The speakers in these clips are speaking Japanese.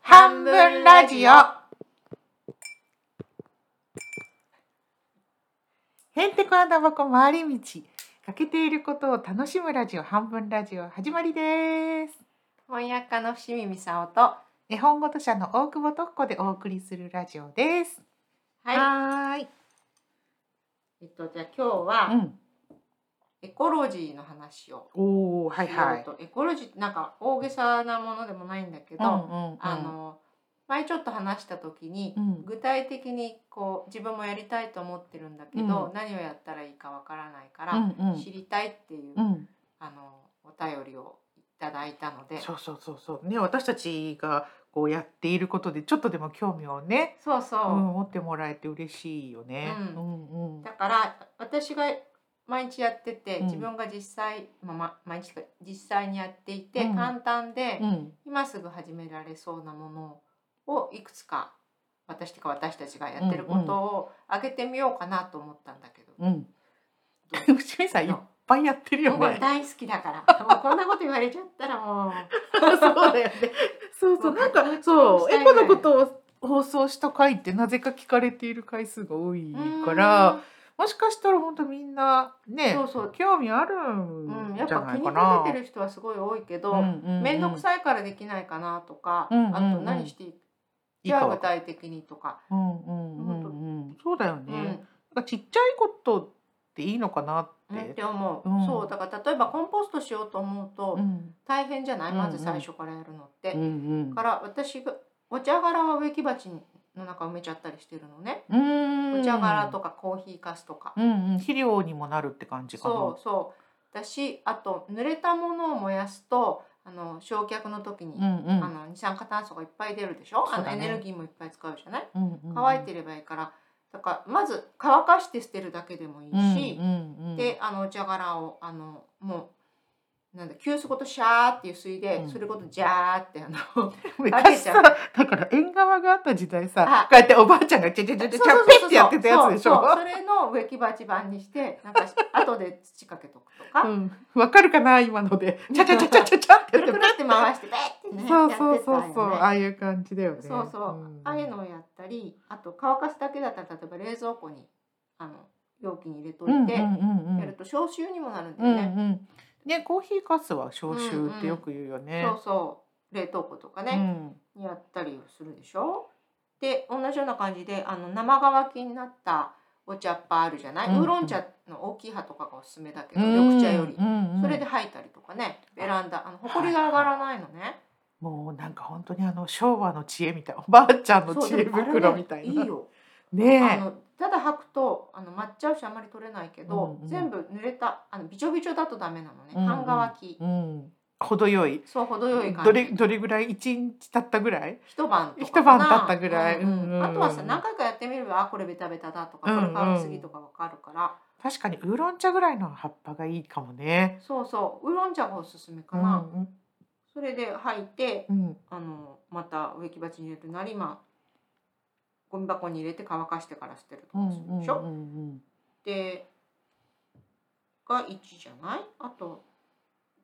半分ラジオ。へんてこあんなまこ回り道。欠けていることを楽しむラジオ半分ラジオ始まりです。翻訳家の伏見美沙と。は絵本ごと社の大久保徳子でお送りするラジオです。ーい。い。えっと、じゃあ、今日は、うん。エコロジーの話を。おお、ははいはい。エコロジー、なんか大げさなものでもないんだけど、うんあ、の。前ちょっと話した時に、うん具体的にこう自分もやりたいと思ってるんだけど、うん何をやったらいいかわからないかうら、んうん知りたいっていう、うん。あのお便りをいただいたのでそうそうそうそう。ね、私たちがこうやっていることでちょっとでも興味をね、そうそう、うん、持ってもらえて嬉しいよね。うんうん。だから私が毎日やってて、うん自分が実際、まあま、毎日か実際にやっていて、うん簡単で、うん。今すぐ始められそうなものをいくつか私とか私たちがやってることを上げてみようかなと思ったんだけど、うん。どう 伏見さんいっぱいやってるよもうね。大好きだからもうこんなこと言われちゃったらもう そうだよね。そうそう、なんか、そう、エコのことを。放送した回ってなぜか聞かれている回数が多 いから、もしかしたら本当みんなうんねそうそう、興味あるうんんやっじゃぱな気いにかかなけて。る人はすごい多いけど、め面倒くさいからできないかなとか、うんうんうんあと何していくじゃあ具体的にとか、うんうんうんうん。そうだようね。なんん、かちっちゃいことっていいのかなっ。うんってて思う、うんそうだから例えばコンポストしようと思うとん大変じゃない、まうんうずん最初からやるのって、うんうんだから私がお茶殻は植木鉢の中埋めちゃったりしてるのね、うん。お茶殻とかコーヒーかすとか、うんうん肥料にもなるって感じかな。そうそうだしあと濡れたものを燃やすとあの焼却の時に、うんうあん。の二酸化炭素がいっぱい出るでしょ、あそうのだエねネルギーもいっぱい使うじゃないうんうんうん乾いてればいいからだからまず乾かして捨てるだけでもいいし、うんうんうん、であのお茶殻をあのもうなんだ急須ごとシャーっていう水で、うんそれごとジャーってあのか昔けさだから縁側があった時代さあこうやっておばあちゃんがちゃちゃちゃちゃちゃペってやってたやつでしそうそうそょうそれの植木鉢版にしてなんかし後で土かけとくとか、うんわかるかな今のでちゃちゃちゃちゃちゃちゃってくやっるてくペるって回してベッてねそうそうそうやってたそうよねああいう感じだよねそうそう、んああいうのをやったりあと乾かすだけだったら例えば冷蔵庫にあの容器に入れといて、うんうんうんうんやると消臭にもなるんだうよんね、うんねコーヒーかすは消臭ってよく言うよねそうそう冷凍庫とかね、にやったりするでしょで同じような感じであの生乾きになったお茶っ葉あるじゃない、うんうんウーロン茶の大きい葉とかがおすすめだけど、うん緑茶より、うんうんそれで吐いたりとかねベランダあの埃が上がらないのね、もうなんか本当にあの昭和の知恵みたいおばあちゃんのそう知恵でもあれね袋みたいいないよ、あねのただ吐くとあの抹茶牛あんまり取れないけど、うんうん全部濡れたあのびちょびちょだとダメなのね、うんうん半乾きえうん程よいそう程よい感じどれどれぐらい一日経ったぐらい一晩とか一か晩な経ったぐらいうんうんうんうんあとはさ何回かやってみればあこれベタベタだとかこれ乾きすぎとかわかるから、確かにウーロン茶ぐらいの葉っぱがいいかもね。そうそうウーロン茶がおすすめかうな、んそれで履いてうんあのまた植木鉢に入れるなりまあゴミ箱に入れて乾かしてから捨てるとうんかするでしょ、うんでが1じゃないあと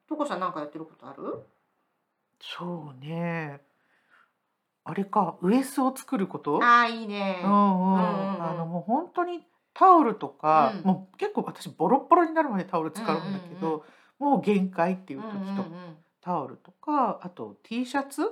とこさんなんかやってることあるそうね。あれかウエスを作ること。ああいいねうんうんうんうんあのもう本当にタオルとか、うんもう結構私ボロッボロになるまでタオル使うんだけど、もう限界っていううん時うとんか、タオルとかあと T シャツうん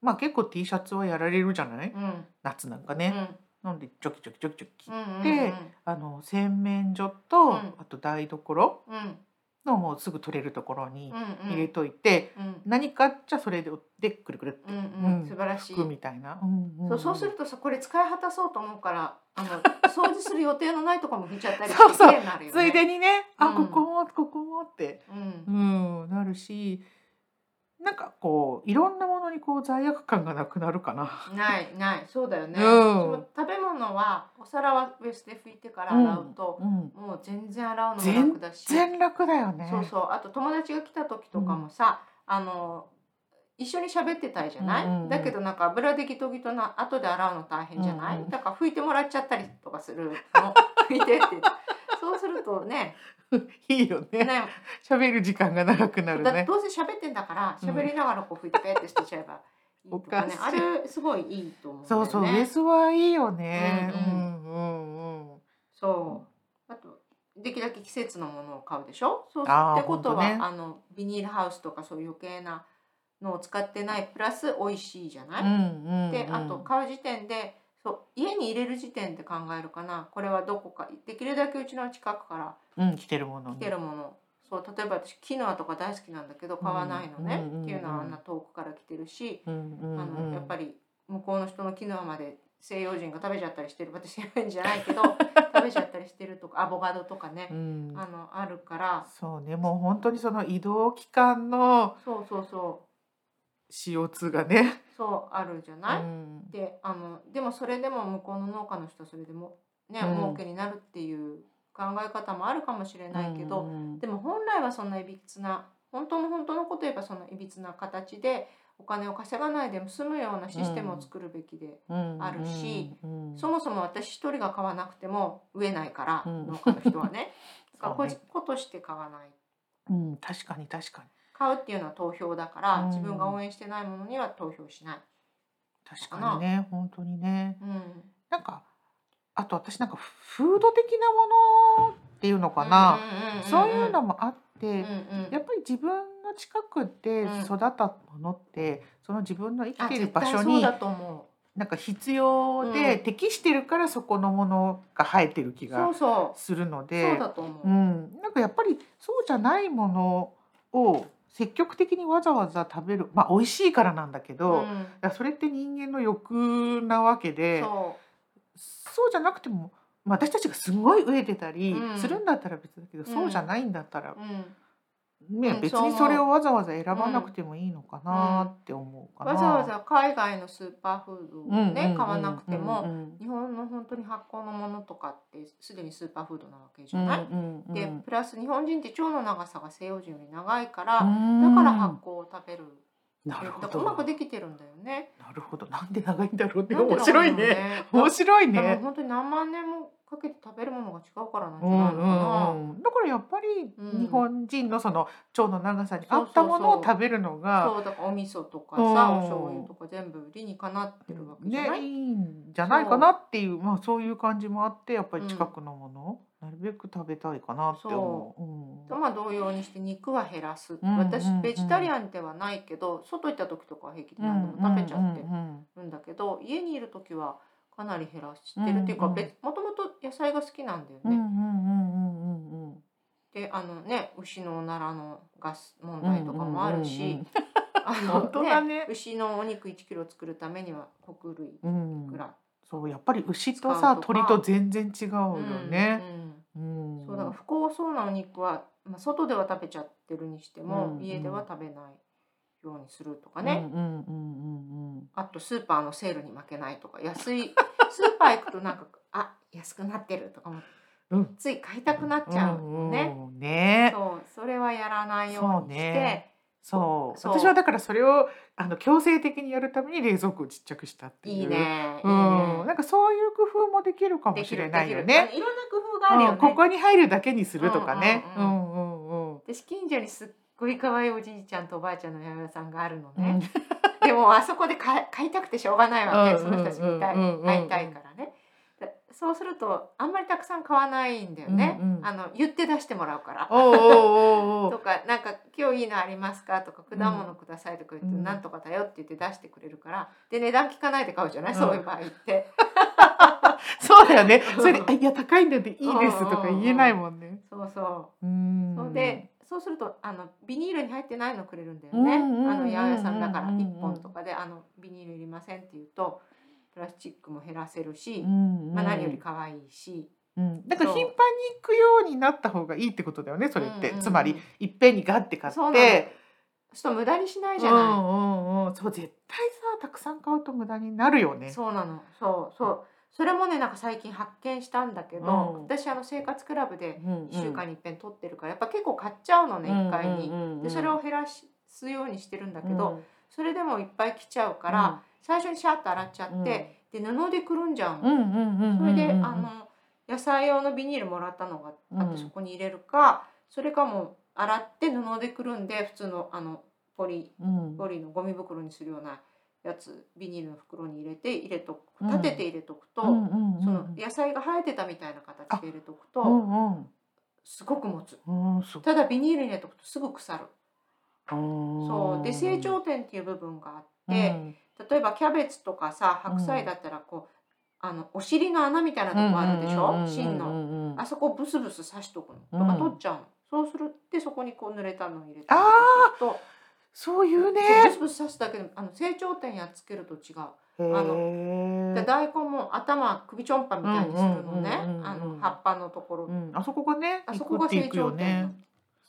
まあ結構 T シャツはやられるじゃない、うんうん夏なんかうね、んなんでチョキチョキチョキチョキ切っうんうんて、あの洗面所と、うんあと台所、うんうんのもうすぐ取れるところにうん入れといて、うん何かじゃそれででくるくるっうてんうん素晴らしい拭くみたいな、うんんそうそうするとさこれ使い果たそうと思うからあ の掃除する予定のないとこも見ちゃったりしてそうそう綺麗になるよねついでにね、あうこんこもここもって、うんうん、なるしなんかこういろんなものにこう罪悪感がなくなるかな。ないないそうだよね、うん私も食べ物はお皿はウエスで拭いてから洗うと、うん、もう全然洗うのも楽だし全楽だよね。そうそうあと友達が来た時とかもさ、あの一緒に喋ってたいじゃない、うんうんうんだけどなんか油でギトギトな後で洗うの大変じゃない、うんうんだから拭いてもらっちゃったりとかするの拭いてってそうするとね いいよね。ね喋る時間が長くなるだってね。どうせ喋ってんだからうん喋りながらこう吹いてペってしてちゃえばいいとかね おあかしいれすごいいいと思うんだよそうねそう、ベースはいいよね。ううんんうんうん。そうあとできるだけ季節のものを買うでしょそうあっーてことは、ほんとねあのビニールハウスとかそういう余計なのを使ってないプラス美味しいじゃない、うんうん。であと買う時点でそう家に入れる時点で考えるかなこれはどこかできるだけうちの近くからうん、来てるもの来に。てるもの、そう例えば私キノアとか大好きなんだけど買わないのね、うんうんうんうんっていうのはあんな遠くから来てるし、うんうんうん。あのやっぱり向こうの人のキノアまで西洋人が食べちゃったりしてる私西洋人じゃない けど食べちゃったりしてるとかアボカドとかねう、ん。あのあるからそうね、もう本当にその移動期間のそうそうそう CO2 がね。そうあるじゃ ない、うんであのでもそれでも向こうの農家の人はそれでもね、うん儲けになるっていう考え方もあるかもしれないけど、うんうんでも本来はそんないびつな本当の本当のこと言えばそのいびつな形でお金を稼がないでも済むようなシステムを作るべきで、うんあるし、うんうんそもそも私一人が買わなくても植えないから、うん農家の人は ねだからそ個うね個として買わないうん、確かに確かに買うっていうのは投票だから、うん自分が応援してないものには投票しない。確かにね本当にねうんなんかあと私なんかフード的なものっていうのかな、んんんんそういうのもあって、うんうんやっぱり自分の近くでうん育ったものって、その自分の生きあている絶場対所そうにだと思なんか必要でうん適してるからそこのものが生えてる気うそがうそうするのそうでだと思う、うん、なんかやっぱりそうじゃないものを積極的にわざわざ食べるまあ美味しいからなんだけうど、いんやそれって人間の欲なわけでそそうじゃなくても、まあ、私たちがすごい飢えてたりうんするんだったら別だけど、うんそうじゃないんだったらう、う、ん、ねうん別そうに思うそれをわざわざ選ばなくてもいいのかなって思うかな。わざわざ海外のスーパーフードうんをうんうんうんうねん買わなくても日本の本当に発酵のものとかってすでにスーパーフードなわけじゃない。うんうんうんでプラス日本人って腸の長さが西洋人より長いからうだんから発酵を食べるなるほだからうまくどできてるんだよね。なるほどなんで長いんだろうってなんで面なんだろ白ういね。面だ白いだからね。本当に何万年もかけて食べるものが違うからなんじうゃんないうのかな。んうん、だからやっぱりうん日本人のその腸の長さに合そうそっうそたうものを食べるのがそうだからお味噌とかうんさお醤油とか全部理にかなってるわけじゃなねい。いいんじゃないかなっていうまあそういう感じもあってやっぱり近くのもの、なるべく食べたいかなって思う。うんまあ同様にして肉は減らす、んうん私うんベジタリアンではないけど外行った時とかは平気で何でも食べちゃってるんだけど、家にいる時はかなり減らしてるっていうか、うんうん別もともと野菜が好きなんだようんうんうね。んうんうんうんうんうんであのね牛のおならのガス問題とかもあるし、うんうんうんあ 本当だの、ね、ね。牛のお肉1キロ作るためには穀類いうんくら、そうやっぱり牛と使うさとか鳥と全然違うよね。うんうんうんそうだから不幸そうなお肉は、まあ、外では食べちゃってるにしても、うんうん家では食べないようにするとかね、うんうんうんうんうんあとスーパーのセールに負けないとか安い スーパー行くとなんかあ安くなってるとかも、うんつい買いたくなっちゃうのね、んんねそうそれはやらないようにして、そうねそうそう私はだからそれをあの強制的にやるために冷蔵庫をちっちゃくしたっていういいね、ういいん、なねんかそういう工夫もできるかもでしきれるないよできね。るあのいろんな工夫があるよね、うん、ここに入るだけにするとかね。ううんんうんうん。私近所にすっごい可愛いおじいちゃんとおばあちゃんの八百屋さんがあるのうね、んでもあそこで買い買いたくてしょうがないわけ、うんうんうんうんその人たちに対うんうんうん会いたいからね。でそうするとあんまりたくさん買わないんだよね、うんうんあの言って出してもらうから。おうおうおうおとう。かなんか「今日いいのありますか?」とか「果物ください」とか言って「うんなんとかだよ」って言って出してくれるからで値段聞かないで買うじゃない、うんそういう場合って そうだよねうん。それであいや高いんだっていいですとか言えないもんね。そうそうう、ん。それでそうするとあのビニールに入ってないのくれるんだようんね、うんうんうんあの八百屋さんだからうんうん1本とかで「あのビニールいりません」って言うとプラスチックも減らせるし、うん、うんまあ、何より可愛いし、うん、だからそう頻繁に行くようになった方がいいってことだよね。それって、うんうんうんつまりいっぺんにガって買って。そうなのそう無駄にしないじゃうなんうんうん。そう絶対さたくさん買うと無駄になるよい、ね。そうなのそうそうそれもねなんか最近発見したんだけど、うん私あの生活クラブでうんうん1週間に一遍取ってるからやっぱ結構買っちゃうのね1回に、うんうんうんうんでそれを減らすようにしてるんだけど、うんそれでもいっぱい来ちゃうから、最初にシャーッと洗っちゃって、で布でくるんじゃん、うんうんうんうんうんうん、それで、あの野菜用のビニールもらったのがあってうんそこに入れるか、それかもう洗って布でくるんで普通のあのポリうん、ポリのゴミ袋にするようなやつビニールの袋に入れて入れとくうん立てて入れとくと、うんうんうんその野菜が生えてたみたいな形で入れとくと、うんすごく持つうんうんそただビニールに入れとくとすぐ腐る、そそうで成長点っていう部分があって、例えばキャベツとかさ白菜だったらこう、あのお尻の穴みたいなとこあるでしょ、芯の、のあそこブスブス刺しとくのとうかん取っちゃうの、そうするってそこにこう濡れたのを入れてあーとそういうねそうブスブス刺すだけであの成長点やっつけると違う。ので大根も頭首ちょんぱみたいにするのねうんうんうんうんうんあの葉っぱのところ、うん、あそこがねあそこが成長点、ね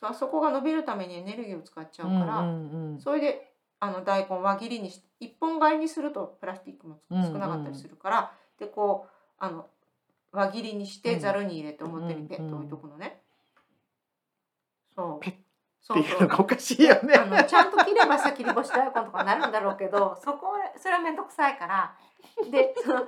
そうあそこが伸びるためにエネルギーを使っちゃうから、うんうんうんそれであの大根輪切りにし一本買いにするとプラスチックも少うんうんなかったりするから、でこうあの輪切りにしうてんざるに入れて表にペッと置いとくのね。そうペッそうっていそうのがおかしいよねあのちゃんと切ればさ切り干し大根とかなるんだろうけど そこはそれは面倒くさいからで その半生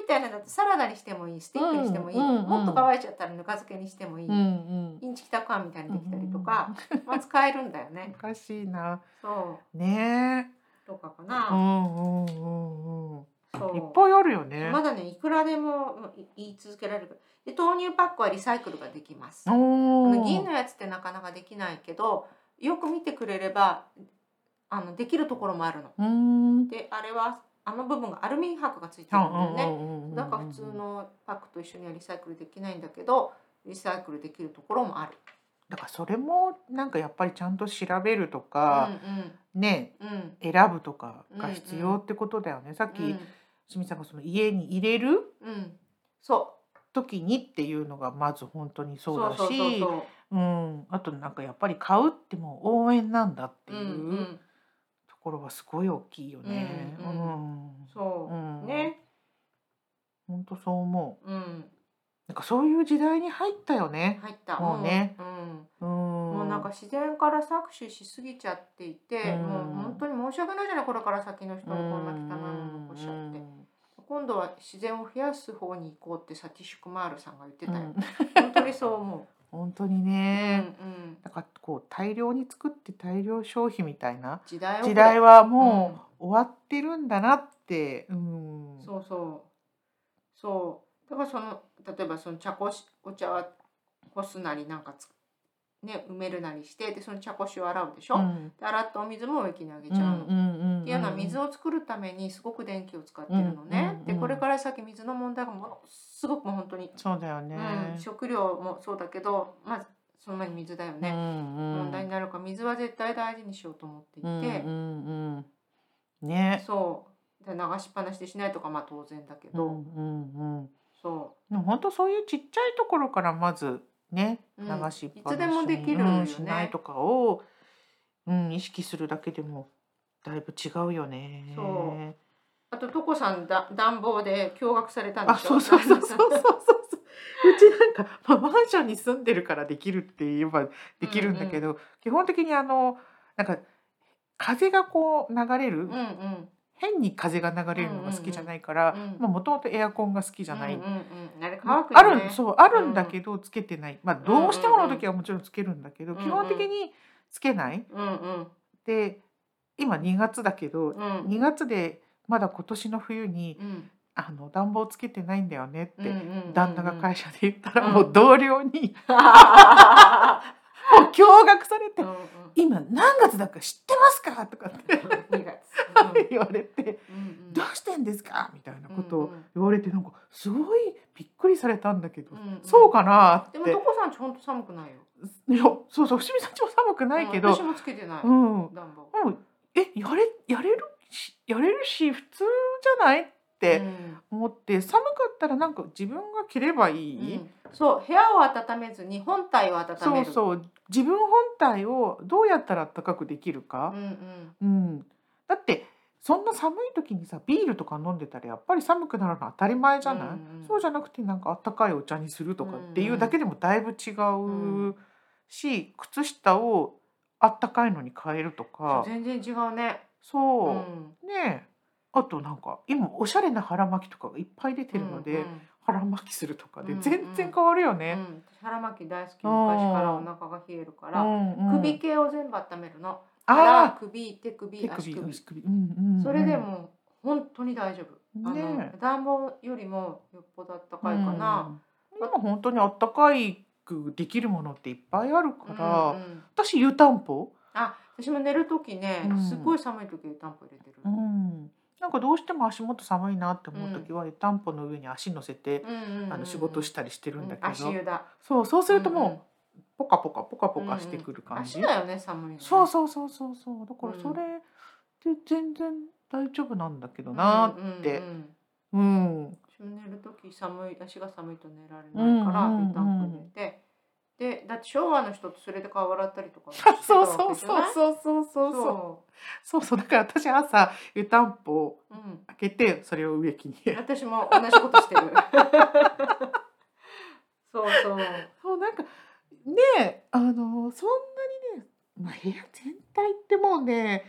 みたいなのだとサラダにしてもいいスティックにしてもいい、うんうんうんもっと乾いちゃったらぬか漬けにしてもいい、うんインチキタクあんみたいにできたりとか、まあ、使えるんだようんねおかしいなそねうとかかうな、んうんうんうんそういっぱいあるよね、まだねいくらでもうんい言い続けられるで豆乳パックはリサイクルができますおあーの銀のやつってなかなかできないけどよく見てくれればあのできるところもあるのうーんであれはあの部分がアルミ箔がついてるんだよね、ねなんか普通のパックと一緒にはリサイクルできないんだけどリサイクルできるところもある、だからそれもなんかやっぱりちゃんと調べるとか、ねうんうんうん選ぶとかが必要ってことだよね、さっき、うん清水さんがその家に入れるうんそう時にっていうのがまず本当にそうだしそうそうそうそうん、あとなんかやっぱり買うってもう応援なんだってうういんうううんところはすごい大きいよね。ううんうんそう、うんね本当そう思う。うんなんかそういう時代に入ったよね。入ったもうねうんうん、うんもうなんか自然から搾取しすぎちゃっていて、うんもう本当に申し訳ないじゃないこれから先の人にこんな汚いもの残しちゃって、今度は自然を増やす方に行こうってサティシュクマールさんが言ってたよ、うん本当にそう思本当に う、うんうね。ん、なんかこう大量に作って大量消費みたいな時代を時代はもう終わってるんだなって。うん。そうそうそうだからその例えばその茶こしお茶はこすなりなんかつね埋めるなりしてでその茶こしを洗うでしょ、うんで洗ったお水も駅にあげちゃうの、うんうんうんうんっていうのは水を作るためにすごく電気を使ってるのね、うんでこれから先水の問題がものすごくもう本当に、そうだよね。うん、食料もそうだけどまあその前に水だようね、んうん問題になるから水は絶対大事にしようと思っていて、うんうんうん、ね。そうで流しっぱなしでしないとかまあ当然だけど、うんうんうん。そうでも本当そういうちっちゃいところからまずね、うん流しっぱいつでもできるよねうんしないとかを、うん、意識するだけでもだいぶ違うよね。そうあとトコさんだ暖房で驚愕されたんあ、でしそょ。うそうそうそうそうそう。うちなんか、まあ、マンションに住んでるからできるって言えばできるんだけど、基本的にあのなんか風がこう流れる、うんうん。変に風が流れるのが好きじゃないからうんうんうんうんもともとエアコンが好きじゃない、うんうんうん。あれ乾くあよね。るそうあるんだけどつけてない、まあ、どうしてもの時はもちろんつけるんだけど、うんうん基本的につけないうんうんで今2月だけどうんうん2月でまだ今年の冬にうん「あの暖房つけてないんだよね」っうんうてんうん。旦那が帰会社で言ったらうんもう同僚にっもう驚愕されてて「今何月だか知ってますか?」とかって二月。言われてうんうんうん「どうしてんですか?」みたいなことをうんうん言われてなんかすごいびっくりされたんだけど、うんうんそうかなっでてもトコさんち本当寒くないよ。いやそうそう伏見さんちも寒くないけうどん私もつけてない。う暖ん、うん、房。えやれやれるしやれるし普通じゃないってうん思って、寒かったらなんか自分が着ればいい、うんそう部屋を温めずに本体を温そめうる。う。そう自分本体をどうやったら暖かくできるかう、んうん。うんだってそんな寒い時にさビールとか飲んでたらやっぱり寒くなるの当たり前じゃない、うんうんそうじゃなくてなんかあったかいお茶にするとかっていうだけでもだいぶ違んううし、靴下をあったかいのに変えるとか全然違うね。そう、ん。ねえあとなんか今おしゃれな腹巻きとかがいっぱい出てるので、うんうん腹巻きするとかでうんうん全然変わるようね。ん、私腹巻き大好きあー昔からお腹が冷えるかうら、んうん首系を全部温めるの腹ああ首手首手足首首足首、うんうんうん、それでも本当に大丈夫、ねあえの暖房よりもよっぽどあったかいかな、うん、今本当にあったかいくできるものっていっぱいあるうんから、うん私湯たんぽ、あ私も寝る時ね、うんすごい寒い時湯たんぽ入れてる、うん、なんかどうしても足元寒いなって思う時は湯たんぽの上に足乗せて、うんうんあの仕事してたりしてるんだけ足ど、湯だそうそうするとんんもうポカポカポカポカしてくる感じ、足だよね寒いのねそうそうそうそうそうだからうんそれで全然大丈夫なんだけどなってうんうんうんうん、私も寝る時寒い足が寒いと寝られないからうんうんうん湯たんぽに寝てでだって昭和の人とそれで顔洗ったりとかそうそうそううそうそうそうそうそそうそうだから私朝湯たんぽをう、うん、開けてそれを植木に私も同じこと してるそうそうそうなんかねえあのそんなにね、まあ、部屋全体ってもうね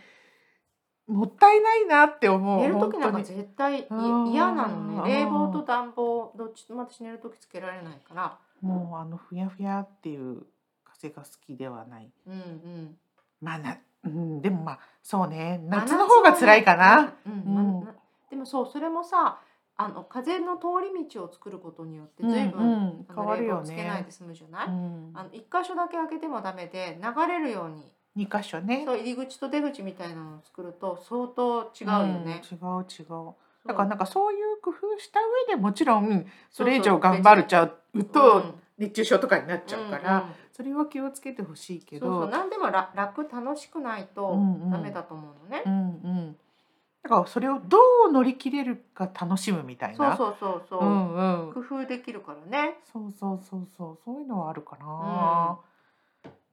もったいないなって思う寝る時なん本当かに絶対いあー嫌なのね冷房あとー暖房どっちとも私寝る時つけられないからもうあのふやふやっていう風が好きではないうんうんまあな、うん、でもまあそうね夏の方が辛いかな、真夏うのねんうんまなでもそうそれもさあの風の通り道を作ることによってうん随分、うんあ変のわ冷る房よつけないねで済むじゃない、うんあの一箇所だけ開けてもダメで流れるように二箇所ねそう入り口と出口みたいなのを作ると相当違うよね、うん違う違うそうだからなんかそういう工夫した上でもちろんそれそ以上うそう頑張るちゃううんと熱中症とかになっちゃうかんらんそれは気をつけてほしいけそうそうど何でもら楽楽しくないとうんうんダメだと思うのね、うんうんだからそれをどう乗り切れるか楽しむみたいそうなそうそうそう、うんうん工夫できるからねそうそうそうそうそういうのはあるかな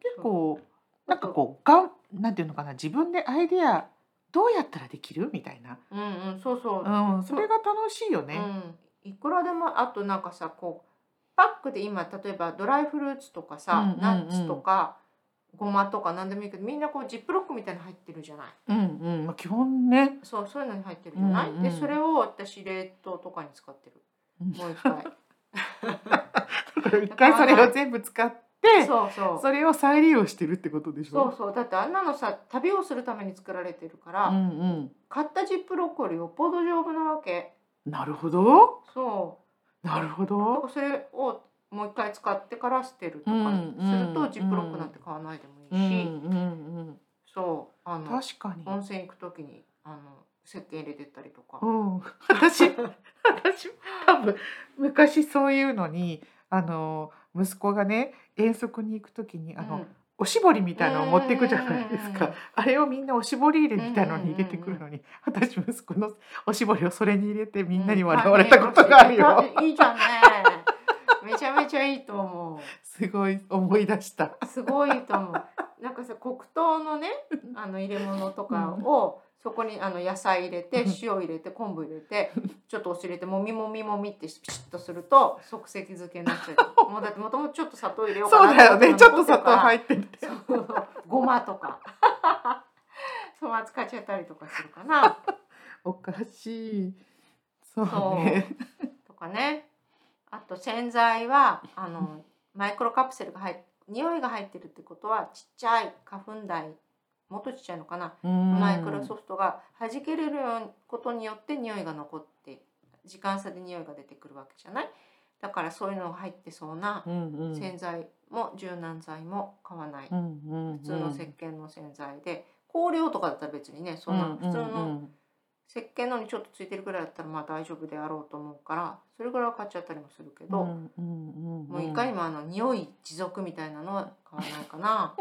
結構なんかこうがんなんていうのかな自分でアイデアどうやったらできるみたいなうんうんそうそう、うんそれが楽しいよねうん、いくらでもあとなんかさこうパックで今例えばドライフルーツとかさ、うんうんうんナッツとかごまとか何でもいいけどみんなこうジップロックみたいなの入ってるじゃないうんうんまあ基本ねそうそういうのに入ってるじゃない、うんうんでそれを私冷凍とかに使ってるうんもう一 回だから一回それを全部使ってそうそうそれを再利用してるってことでしょそうそうだってあんなのさ旅をするために作られてるから、うんうん買ったジップロックよりよっぽど丈夫なわけなるほどそうなるほだかどらそれをもう一回使ってから捨てるとかうんうんするとジップロックなんて買わないでもいいし、うんうんそうあうんの確かに温泉行く時にあの石鹸入れてったりとか、うん、私私も多分昔そういうのにあの息子がね遠足に行く時にあの、うんおしぼりみたいなのを持ってくじゃないうんですうんうんうんかあれをみんなおしぼり入れみたいのに入れてくるのに私息子のおしぼりをそれに入れてみんなに笑われたことがあるようん。いいじゃんね。めちゃめちゃいいと思う。すごい思い出した。すごいと思う。なんかさ黒糖のねあの入れ物とかを、そこにあの野菜入れてうん塩入れて昆布入れてちょっとお酢入れてもみもみもみってピシッとすると即席漬けになっちゃう。もうだってもともとちょっと砂糖入れようかそなうだよねちょっと砂糖っ入ってててるからそうごまとかそう扱っちゃったりとかするかなおかしいそうねとかね。あと洗剤はあのマイクロカプセルが入っ匂いが入ってるってことはちっちゃい花粉台もっとちっちゃいのかなママイクロソフトが弾けれるようなことによって匂いが残って時間差で匂いが出てくるわけじゃないだからそういうのが入ってそうなうんうん洗剤も柔軟剤も買わない、うんうんうん普通の石鹸の洗剤で香料とかだったら別にねそんな普通の石鹸のにちょっとついてるぐらいだったらまあ大丈夫であろうと思うからそれぐらいは買っちゃったりもするけど、ももういかにもあの匂い持続みたいなのは買わないかな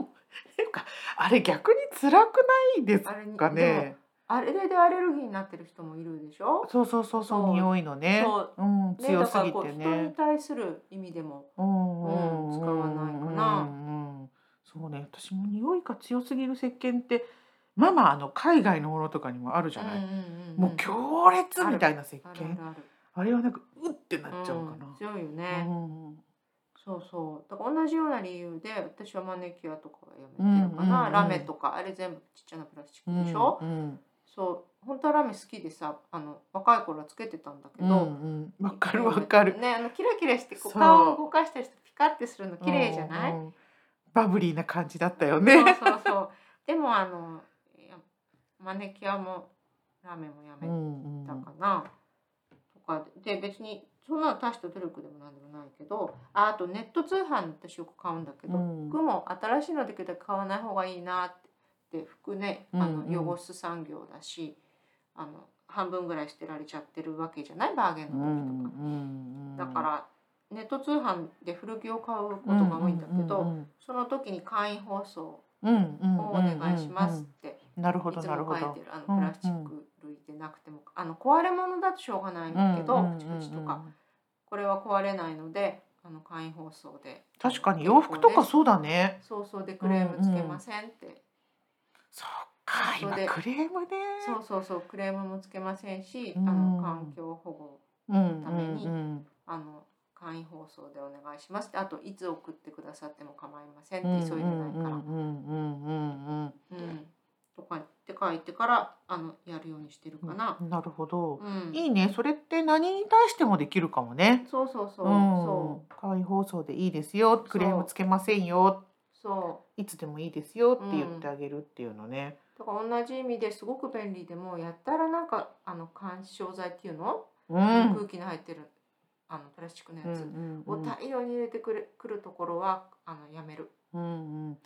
ていうかあれ逆に辛くない ですあれにかでもねあれでアレルギーになってる人もいるでしょそうそうそうそうそう匂いのねそううん、ね強すぎだからてこう人にね対する意味でも、うんうん使わないかなうんうんそうね私も匂いが強すぎる石鹸ってまあまああの海外のものとかにもあるじゃない、もう日強烈みたいな石鹸あるあるあるあれはなんかうってなっちゃうかうんな。強いようね、んうんそうそうだから同じような理由で私はマネキュアとかはやめてるかな、うんうんうんラメとかあれ全部ちっちゃなプラスチックでしょ、うんそう本当はラメ好きでさあの若い頃はつけてたんだけうど、んうんわかるわかる。ねあのキラキラしてこうそう顔を動かしたりしてピカってするの綺麗じゃない、うんうんバブリーな感じだったよそうね。そうそうでもあのやマネキュアもラーメンもやめうんうんたかな、とかでで別にそんなの大した努力でもなんでもないけどああとネット通販私よく買うんだけど、うん服も新しいのできるだけ買わない方がいいなってで服ねあのうんうん汚す産業だし、あの半分ぐらい捨てられちゃってるわけじゃないバーゲンうんの時うとか。んうんだからネット通販で古着を買うことが多いんだけど、うんその時に会員放送をうんうんうんお願いしますってうんなるほいどつなるもほ書いどてるあのうんプラスチック類でなくてもあの壊れ物だとしょうがないんだけどうんプチうんうんうんプチとかこれは壊れないのであの会員放送で確かに洋服とかそうだねそうそうでクレームつけませんって、そっかそ今うでクレームねそうそうそうクレームもつけませんし、うんあの環境保護うんためにうんうんあの会員放送でお願いしますってあといつ送ってくださっても構いませんっうんうんて急いでないから。うんうんうんうんうん、とかって書いてからあのやるようにしてるかな。なるほどうん、いいねそれって何に対してもできるかもねそうそうそう、うんそ会放送でいいですよクレームつけませんようそいつでもいいですよって言ってあげるっていうのねうだから同じ意味ですごく便利でもうやったらなんかあの干渉剤っていうの、うんうん空気の入ってるあのプラスチックのやうんつうをん大量に入れてくる,、くるところはあのやめる。うんうん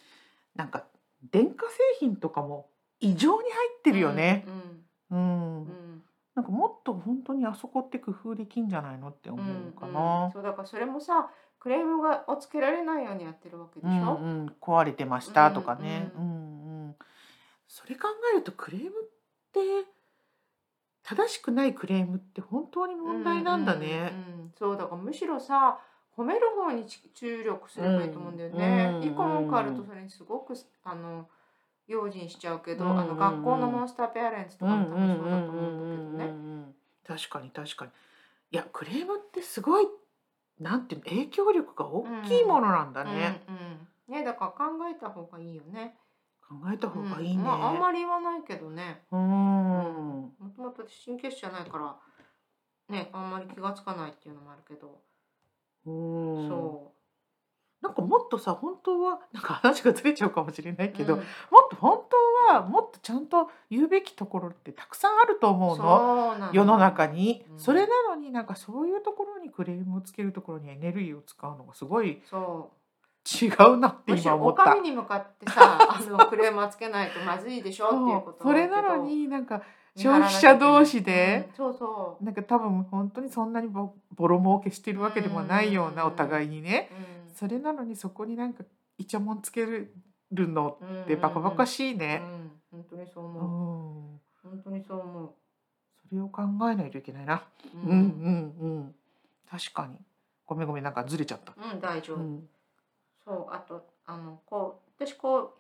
なんか電化製品とかも異常に入ってるよね。うん、うんうんなんかもっと本当にあそこって工夫できんじゃないのってうん思ううんかうんな。そうだからそれもさクレームがをつけられないようにやってるわけでうしん、ょ。うん壊れてましたとかね。うう、んうん、それ考えるとクレームって。正しくないクレームって本当に問題なんだね。うんうんうんそうだからむしろさ褒める方にち注力すればいいと思うんだよね。うん一個文句あるとそれにすごくあの用心しちゃうけど、うんあの学校のモンスターペアレンツとうかもん多うん分そううんだと思うんだうけどね。んうん確かに確かに。いやクレームってすごいなんていうの影響力が大きいものなんだね。うんうんねだから考えた方がいいよね。考えた方がいいね。うんまああんまり言わないけどね。うん。もともと私神経質じゃないから。ね、あんまり気がつかないっていうのもあるけど、うんそなんかもっとさ本当はなんか話がずれちゃうかもしれないうけど、うんもっと本当はもっとちゃんと言うべきところってたくさんあると思うのそうな世の中に、うんそれなのになんかそういうところにクレームをつけるところにエネルギーを使うのがすごいそう違うなってむし今ろ思おった上。に向かって さあのクレームはつけないとまずいでしょっていうそこうとそれなのになんか消費者同士で、うんそうそなんか多分本当にそんなにボボロ儲けしてるわけでもないようなうおん互いにね、う、うんそれなのにそこになんかイチャモンつけるのうんうんうんってバカバカしいうんね。本当にそうう思ん、う本当にそう思それを考えないといけないな。ううんうんうん。確かに。ごめんごめんなんかずれちゃった。うん大丈う夫、んそうあとあのこう私こう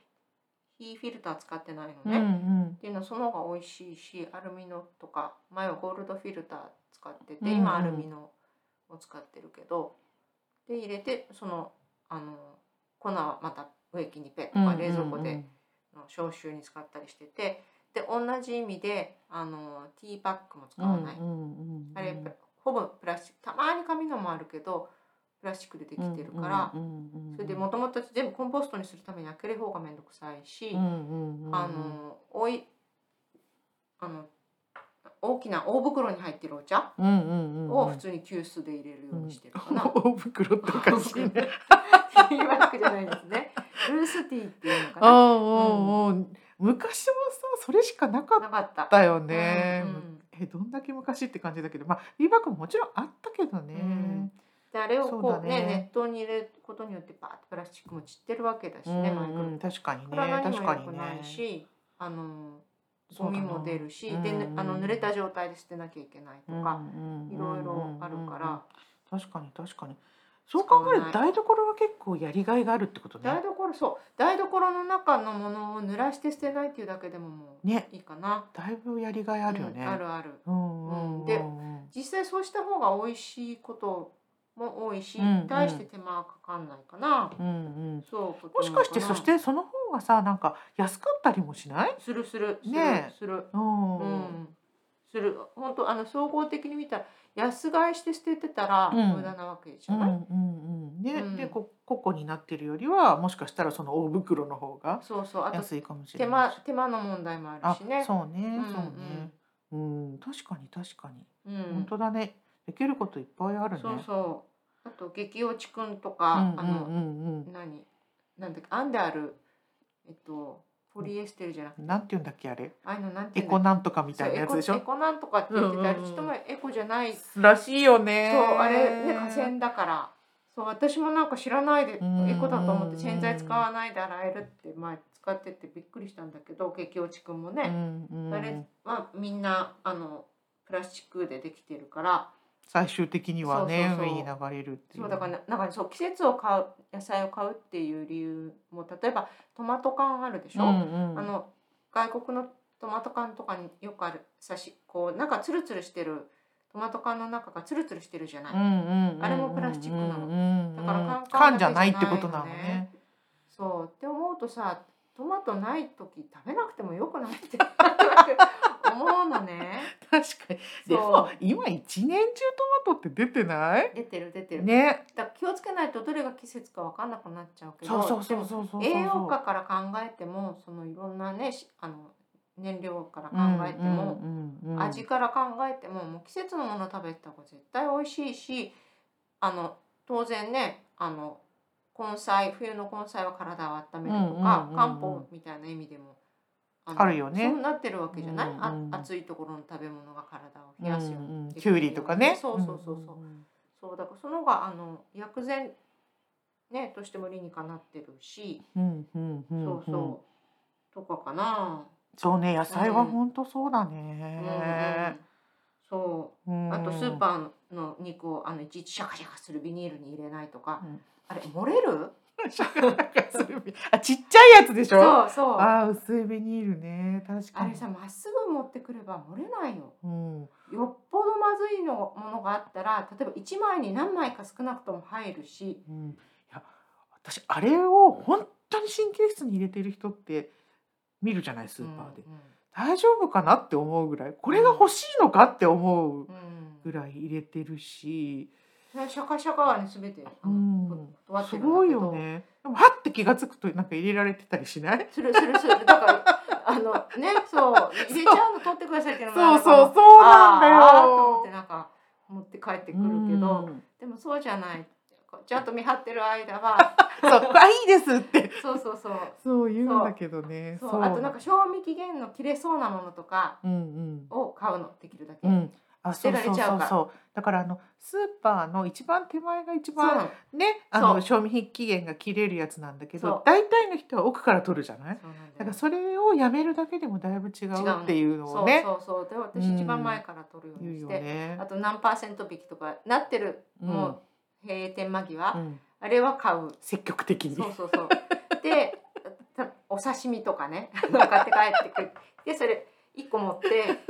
火フィルター使ってないのうね、っんていうのはその方が美味しいしアルミのとか前はゴールドフィルター使ってて、うんうん今アルミのを使ってるけどで入れてそのあの粉はまた植木にペッとうん。か冷蔵庫での消臭に使ったりしててで同じ意味であのティーパックも使うんうわんない、うん。あれほぼプラスチックたまに紙のもあるけどプラスチックでできてるから、うんうんうんそれでもともと全部コンポストにするために開ける方がめんどくさいし、うんうんうんあのおいあの大きな大袋に入ってるお茶うんうんうんうんを普通に急須で入れるようにしてるか な。 大袋っておかしいね。ティーバッグじゃないですね。ブルースティーっていうのかあな。あ、うんうん、昔もさそれしかなかっなかった。たよね、うんうんえどんだけ昔って感じだけどまあリーバックももちろんあったけどね、うんであれをこうねそうだね熱湯に入れることによってバーってプラスチックも散ってるわけだしうんね、マイクロうん確かにね体に確もか良くにないねし、あのそうゴだミなも出るし、うんでぬあの濡れた状態で捨てなきゃいけないとか、いろいろあるから、、うんうんうんうん確かに確かにそう考えると使わな台所は結構やりがいがあるってことね台所そう台所の中のものを濡らして捨てないっていうだけでももねういいかな。だいぶやりがいあるようね、んあるある。うんうんうんで実際そうした方が美味しいことも多いし、うんうん対して手間はかかんないかな。うんうんそうもしかしてそしてその方がさなんか安かったりもしない、するするする、ねえする。うんうんする本当あの総合的に見たら安買いして捨ててたらうん無駄なわけじうゃんない、うんうんね、うんでこ個々になってるよりはもしかしたらその大袋の方がそうそうあと安いかもし手れない間し手間の問題もあるしねあそうね、うんうんそうねうん確かに確かに、う本ん当だねできることいっぱいあるねそううそうあと激落ちくんとか、あんうのんうん何なんだっけ編んであるえっとポリエステルじゃなくてうんなんて言うんだっけあれああいうのなんてエいうんだコっけなんとかみたいなやつでしそうエコエコょなんとかって言ってたあれうんうんうんちょっと前エコじゃないらしいよねそうあれね河川だからそう私もなんか知らないでうんエコだと思って洗剤使わないで洗えるって前使っててびっくりしたんだけど激落ちくんもね、うんうんあれはみんなあのプラスチックでできてるから最終的にはねそうそうそう上に流れるっていうそうだからななんかそう季節を買う野菜を買うっていう理由も例えばトマト缶あるでしょ、うんうん、あの外国のトマト缶とかによくあるさしこうなんかツルツルしてるトマト缶の中がツルツルしてるじゃない、あれもプラスチックなののだから缶缶缶じゃないってことなのねそうって思うとさトマトない時食べなくてもよくないって思うのね確かにそでも今一年中トマトって出てない出てる出てる、ねだから気をつけないとどれが季節か分かんなくなっちゃうけどそうそうそうそうそうそう栄養価から考えてもそのいろんなねしあの燃料から考えても、うんうんうん味から考えてももう季節のもの食べた方が絶対美味しいしあの当然ねあの根菜冬の根菜は体を温めるとか、うんうんうんうん漢方みたいな意味でもあのあるよねそうなってるわけじゃない、あうんうん暑いところの食べ物が体を冷やすよううんうんにでききるよゅううにりとかねそうそうそうそう、んそうだからその方があの薬膳ねとしても理にかなってるし、うんうんうんそうそうとかかな、そうね野菜は本当そうだねうんうん、そううんあとスーパーの肉をあのいちいちシャカシャカするビニールに入れないとか、うんあれ漏れるなんかするあちっちゃいやつでしょそうそうああー薄いビニールね確かにれさまっすぐ持ってくれば漏れないようんよっぽどまずいのものがあったら例えば1枚に何枚か少なくとも入るしうん、いや私あれを本当に神経質に入れてる人って見るじゃないスーパーで、大丈夫かなって思うぐらいこれが欲しいのかって思ううんうんぐらい入れてるし、ねシャカシャカはね全てあのうんこ断ってするんだけどごいよねでもはって気が付くとなんか入れられてたりしないするするするだからあのねそう入れちゃうの取ってくださいっていのもそあうるそからうそうなんだよあーあーと思ってなんか持って帰ってくるけど、うんでもそうじゃないちゃんと見張ってる間 はそうあいいですってそうそうそうそう言うんだけどねそうあとなんかか賞味期限の切れそうなものとかうんを買うのできるだけ、うんうんあ捨そてうられそうちゃかそうらうそうだからあのスーパーの一番手前が一そうな番のね、あの賞味期限が切れるやつなんだけそうど大体の人は奥から取るじゃないそうなんだだかよらそれをやめるだけでもだいぶ違違ううのっていうのそをうねそうそうで私うん一番前から取るよう言うによして、ねあ。と何パーセント引きとかなってるうんもう閉店間際、うんあれは買う積極的に。そうそうそうでたお刺身とかね 買って帰ってくるでそれ一個持って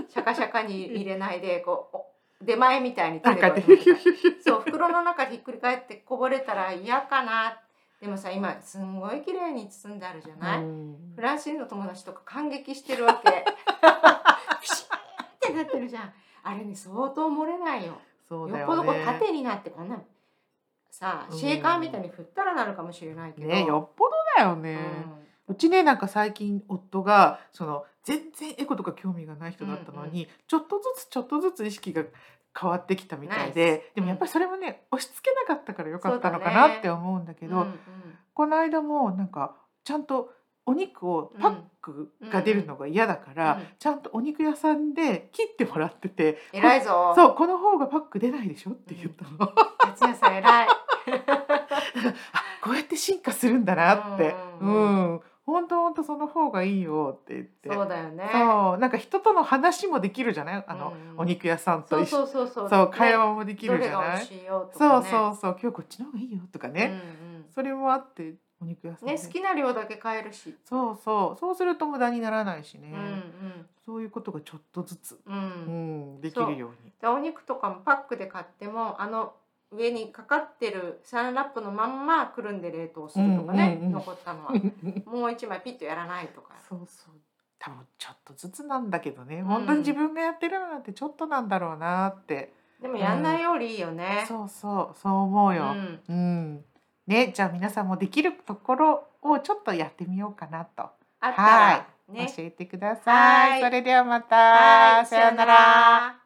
シャカシャカに入れないでこうお出前みたいになんれかばいでいのかそう袋の中ひっくり返ってこぼれたら嫌かなでもさ今すんごい綺麗に包んであるじゃない、 うんフランス人の友達とか感激してるわけピシッってなってるじゃんあれに相当漏れないよそうよだっぽどよこうね。縦になってこんなさうんシェーカーみたいに振ったらなるかもしれないけど、ねよっぽどだようね。んうちねなんか最近夫がその全然エコとか興味がない人だったのに、ちょっとずつちょっとずつ意識が変わってきたみたいナイでスでもやっぱりそれもね押し付けなかったからよかったのかそうだねなって思うんだけど、うんうんこの間もなんかちゃんとお肉をパックが出るのが嫌だから、うんうんちゃんとお肉屋さんで切ってもらってて、偉いぞ。 そうこの方がパック出ないでしょって言ったの、こ達也さん偉い。うやって進化するんだなってううんんう本当本当その方がいいよって言ってそうだよね。そうなんか人との話もできるじゃないあの、うんお肉屋さんとそう一そ緒うそうそう。そうね会話もできどるじれゃが美ない、味しいよとそかうね。そうそう今日こっちの方がいいよとかね、うんそれもあってお肉屋さうんん。でね好きな量だけ買えるし。そうそうそうすると無駄にならないしね、うんうんそういうことがちょっとずつ、う。うんん、できるようにでお肉とかもパックで買ってもあの上にかかってるサランラップのまんまくるんで冷凍するとかねうんうんうん残った のはもう一枚ピッとやらないとか。そうそう多分ちょっとずつなんだけどね、ん本当に自分がやってるのなんてちょっとなんだろうなって、でもやんないよりいいよね。そうそうそう思ううよ、ん。うんね、じゃあ皆さんもできるところをちょっとやってみようかなとあったはらね。教えてください。はいそれではまはた。いさようなら。。